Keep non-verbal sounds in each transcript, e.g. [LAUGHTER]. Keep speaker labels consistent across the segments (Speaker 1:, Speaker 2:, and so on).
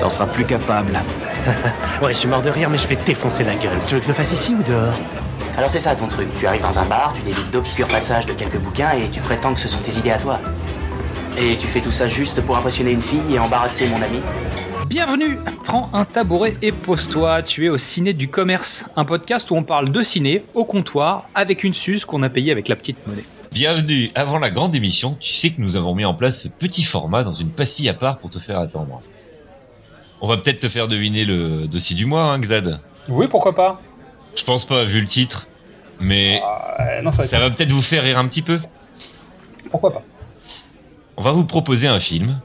Speaker 1: T'en seras plus capable.
Speaker 2: [LAUGHS] Ouais, je suis mort de rire, mais je vais défoncer la gueule. Tu veux que je le fasse ici ou dehors
Speaker 3: Alors c'est ça ton truc, tu arrives dans un bar, tu délites d'obscurs passages de quelques bouquins et tu prétends que ce sont tes idées à toi. Et tu fais tout ça juste pour impressionner une fille et embarrasser mon ami
Speaker 4: Bienvenue Prends un tabouret et pose-toi, tu es au Ciné du Commerce, un podcast où on parle de ciné au comptoir avec une suce qu'on a payée avec la petite monnaie.
Speaker 5: Bienvenue avant la grande émission. Tu sais que nous avons mis en place ce petit format dans une pastille à part pour te faire attendre. On va peut-être te faire deviner le dossier du mois, hein, Xad.
Speaker 6: Oui, pourquoi pas
Speaker 5: Je pense pas, vu le titre. Mais
Speaker 6: Euh, Non, ça va
Speaker 5: ça va peut-être vous faire rire un petit peu.
Speaker 6: être- Pourquoi pas
Speaker 5: On va vous proposer un film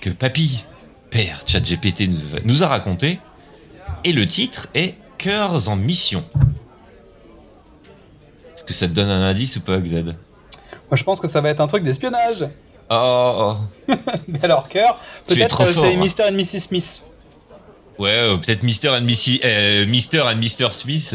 Speaker 5: que Papy, père ChatGPT, nous- nous a raconté. Et le titre est Cœurs en mission. Est-ce que ça te donne un indice ou pas, Xad
Speaker 6: Moi, je pense que ça va être un truc d'espionnage. [LAUGHS]
Speaker 5: Oh,
Speaker 6: Mais alors, cœur,
Speaker 5: Tu es
Speaker 6: peut-être
Speaker 5: trop
Speaker 6: euh,
Speaker 5: fort,
Speaker 6: c'est
Speaker 5: hein.
Speaker 6: Mr. and Mrs. Smith.
Speaker 5: ouais, euh, peut-être Mr. and Missy- euh, Mr. and Mr. Smith.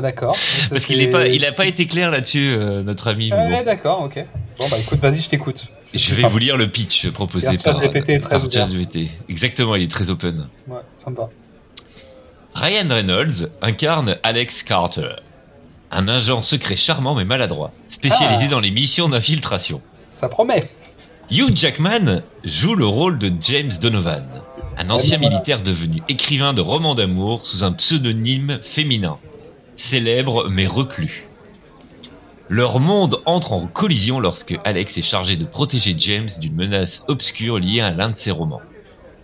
Speaker 5: [LAUGHS]
Speaker 6: d'accord.
Speaker 5: Parce
Speaker 6: Ça,
Speaker 5: qu'il
Speaker 6: c'est-
Speaker 5: est pas, il a pas été clair là-dessus, euh, notre ami.
Speaker 6: Ah Ouais,
Speaker 5: mais bon.
Speaker 6: ouais, d'accord, ok. Bon, bah écoute, vas-y, je t'écoute.
Speaker 5: Je vais vous lire le pitch proposé
Speaker 6: Pierre
Speaker 5: par
Speaker 6: ChatGPT est très
Speaker 5: par
Speaker 6: ouvert.
Speaker 5: ChatGPT. Exactement, il est très open.
Speaker 6: Ouais, sympa.
Speaker 5: Ryan Reynolds incarne Alex Carter, un agent secret charmant mais maladroit, spécialisé
Speaker 6: Ah.
Speaker 5: dans les missions d'infiltration.
Speaker 6: Ça promet.
Speaker 5: Hugh Jackman joue le rôle de James Donovan, un ancien
Speaker 6: voilà.
Speaker 5: militaire devenu écrivain de romans d'amour sous un pseudonyme féminin, célèbre mais reclus. Leur monde entre en collision lorsque Alex est chargé de protéger James d'une menace obscure liée à l'un de ses romans,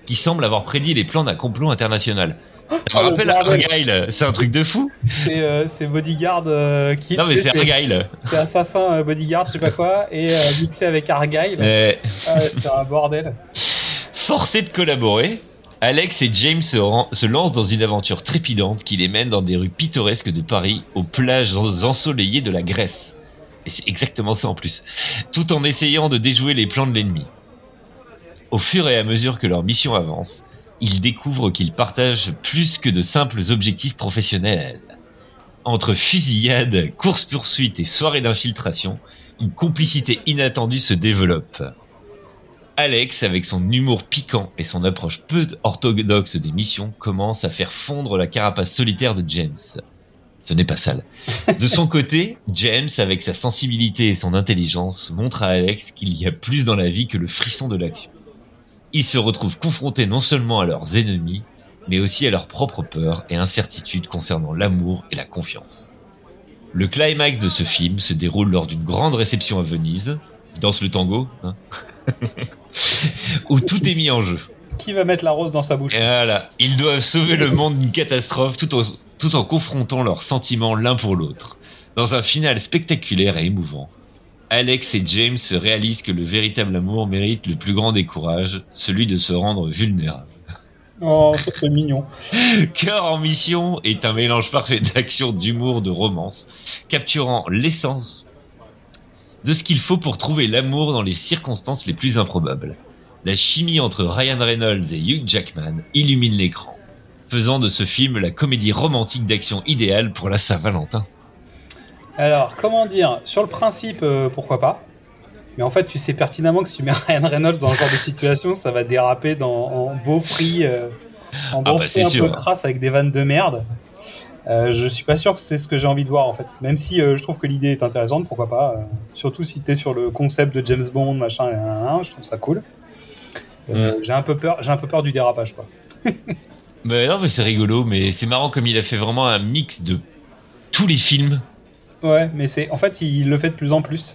Speaker 5: qui semble avoir prédit les plans d'un complot international. Ça me
Speaker 6: Oh,
Speaker 5: rappelle
Speaker 6: bordel.
Speaker 5: Argyle, c'est un truc de fou
Speaker 6: C'est euh, c'est Bodyguard euh, qui.
Speaker 5: Non mais
Speaker 6: tu sais,
Speaker 5: c'est Argyle
Speaker 6: C'est Assassin euh, Bodyguard, je sais pas quoi, et euh, mixé avec Argyle.
Speaker 5: Euh,
Speaker 6: Ah ouais, c'est un bordel.
Speaker 5: Forcés de collaborer, Alex et James se, ran- se lancent dans une aventure trépidante qui les mène dans des rues pittoresques de Paris, aux plages en- ensoleillées de la Grèce. Et c'est exactement ça en plus. Tout en essayant de déjouer les plans de l'ennemi. Au fur et à mesure que leur mission avance, ils découvrent qu'ils partagent plus que de simples objectifs professionnels. Entre fusillades, courses-poursuites et soirées d'infiltration, une complicité inattendue se développe. Alex, avec son humour piquant et son approche peu orthodoxe des missions, commence à faire fondre la carapace solitaire de James. Ce n'est pas sale. De son côté, James, avec sa sensibilité et son intelligence, montre à Alex qu'il y a plus dans la vie que le frisson de l'action. Ils se retrouvent confrontés non seulement à leurs ennemis, mais aussi à leurs propres peurs et incertitudes concernant l'amour et la confiance. Le climax de ce film se déroule lors d'une grande réception à Venise, danse le tango, hein, où tout est mis en jeu.
Speaker 6: Qui va mettre la rose dans sa bouche
Speaker 5: Et voilà, ils doivent sauver le monde d'une catastrophe tout en, tout en confrontant leurs sentiments l'un pour l'autre. Dans un final spectaculaire et émouvant, Alex et James se réalisent que le véritable amour mérite le plus grand des courages, celui de se rendre vulnérable.
Speaker 6: Oh, ça, c'est mignon.
Speaker 5: Cœur en mission est un mélange parfait d'action, d'humour, de romance, capturant l'essence de ce qu'il faut pour trouver l'amour dans les circonstances les plus improbables. La chimie entre Ryan Reynolds et Hugh Jackman illumine l'écran, faisant de ce film la comédie romantique d'action idéale pour la Saint-Valentin.
Speaker 6: Alors, comment dire Sur le principe, euh, pourquoi pas mais en fait, tu sais pertinemment que si tu mets [LAUGHS] Ryan Reynolds dans ce genre de situation, ça va déraper dans, en beau free, euh, en beau
Speaker 5: bah,
Speaker 6: free
Speaker 5: c'est
Speaker 6: un
Speaker 5: sûr.
Speaker 6: peu crasse avec des vannes de merde. Euh, je suis pas sûr que c'est ce que j'ai envie de voir en fait. Même si euh, je trouve que l'idée est intéressante, pourquoi pas. euh, surtout si t'es sur le concept de James Bond, machin, et nan, nan, nan, je trouve ça cool. Euh,
Speaker 5: Hmm.
Speaker 6: J'ai un peu peur, j'ai un peu peur du dérapage quoi.
Speaker 5: Mais Ben non, mais c'est rigolo, mais c'est marrant comme il a fait vraiment un mix de tous les films.
Speaker 6: Ouais, mais c'est, en fait, il le fait de plus en plus.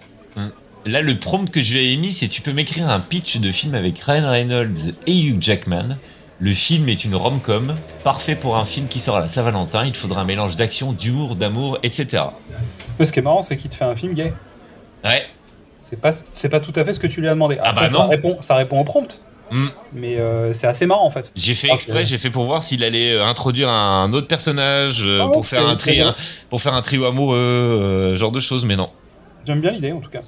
Speaker 5: Là, le prompt que je lui ai mis, c'est tu peux m'écrire un pitch de film avec Ryan Reynolds et Hugh Jackman. Le film est une rom-com, parfait pour un film qui sort à la Saint-Valentin. Il te faudra un mélange d'action, d'humour, d'amour, etc.
Speaker 6: Mais ce qui est marrant, c'est qu'il te fait un film gay.
Speaker 5: Ouais,
Speaker 6: C'est pas, c'est pas tout à fait ce que tu lui as demandé.
Speaker 5: Ah bah
Speaker 6: ça
Speaker 5: non.
Speaker 6: répond, ça répond au prompt.
Speaker 5: Hmm.
Speaker 6: Mais euh, c'est assez marrant en fait.
Speaker 5: J'ai fait
Speaker 6: Ah,
Speaker 5: exprès,
Speaker 6: c'est-
Speaker 5: j'ai fait pour voir s'il allait euh, introduire un autre personnage euh,
Speaker 6: Ah,
Speaker 5: pour
Speaker 6: ok,
Speaker 5: faire un
Speaker 6: c'est
Speaker 5: tri,
Speaker 6: bien.
Speaker 5: hein, pour faire un trio amoureux, euh, genre de choses, mais non.
Speaker 6: J'aime bien l'idée en tout cas.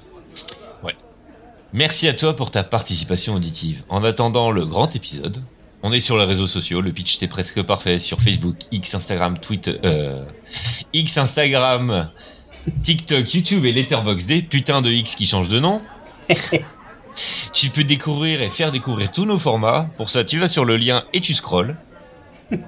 Speaker 5: Merci à toi pour ta participation auditive. En attendant le grand épisode, on est sur les réseaux sociaux. Le pitch était presque parfait sur Facebook, X, Instagram, Twitter, euh, X, Instagram, TikTok, YouTube et Letterboxd. Des putains de X qui changent de
Speaker 6: [LAUGHS]
Speaker 5: nom. tu peux découvrir et faire découvrir tous nos formats. Pour ça, tu vas sur le lien et tu scrolls.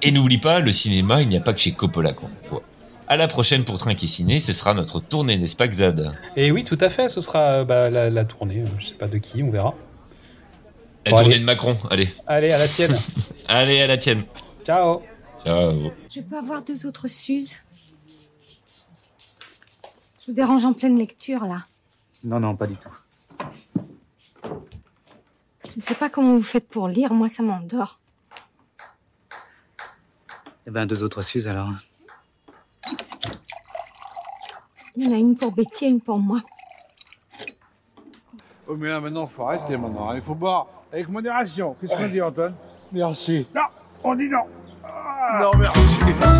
Speaker 5: Et n'oublie pas, le cinéma, il n'y a pas que chez Coppola qu'on le voit. À la prochaine pour Trinquer Ciné, ce sera notre tournée, n'est-ce pas, Xad
Speaker 6: Et oui, tout à fait, ce sera euh, bah, la, la tournée, euh, je sais pas de qui, on verra.
Speaker 5: La
Speaker 6: Bon,
Speaker 5: tournée
Speaker 6: allez.
Speaker 5: de Macron, allez.
Speaker 6: Allez, à la tienne.
Speaker 5: Allez, à la tienne.
Speaker 6: Ciao.
Speaker 5: Ciao.
Speaker 7: Je peux avoir deux autres Suzes Je vous dérange en pleine lecture, là.
Speaker 1: Non, non, pas du tout.
Speaker 7: Je ne sais pas comment vous faites pour lire, moi ça m'endort.
Speaker 1: Eh ben, deux autres Suzes alors.
Speaker 7: Il y en a une pour Betty et une pour moi.
Speaker 8: Oh, mais là, maintenant, faut arrêter, maintenant. hein. Il faut boire avec modération. Qu'est-ce qu'on dit, Antoine Merci. Non, on dit non. Non, merci.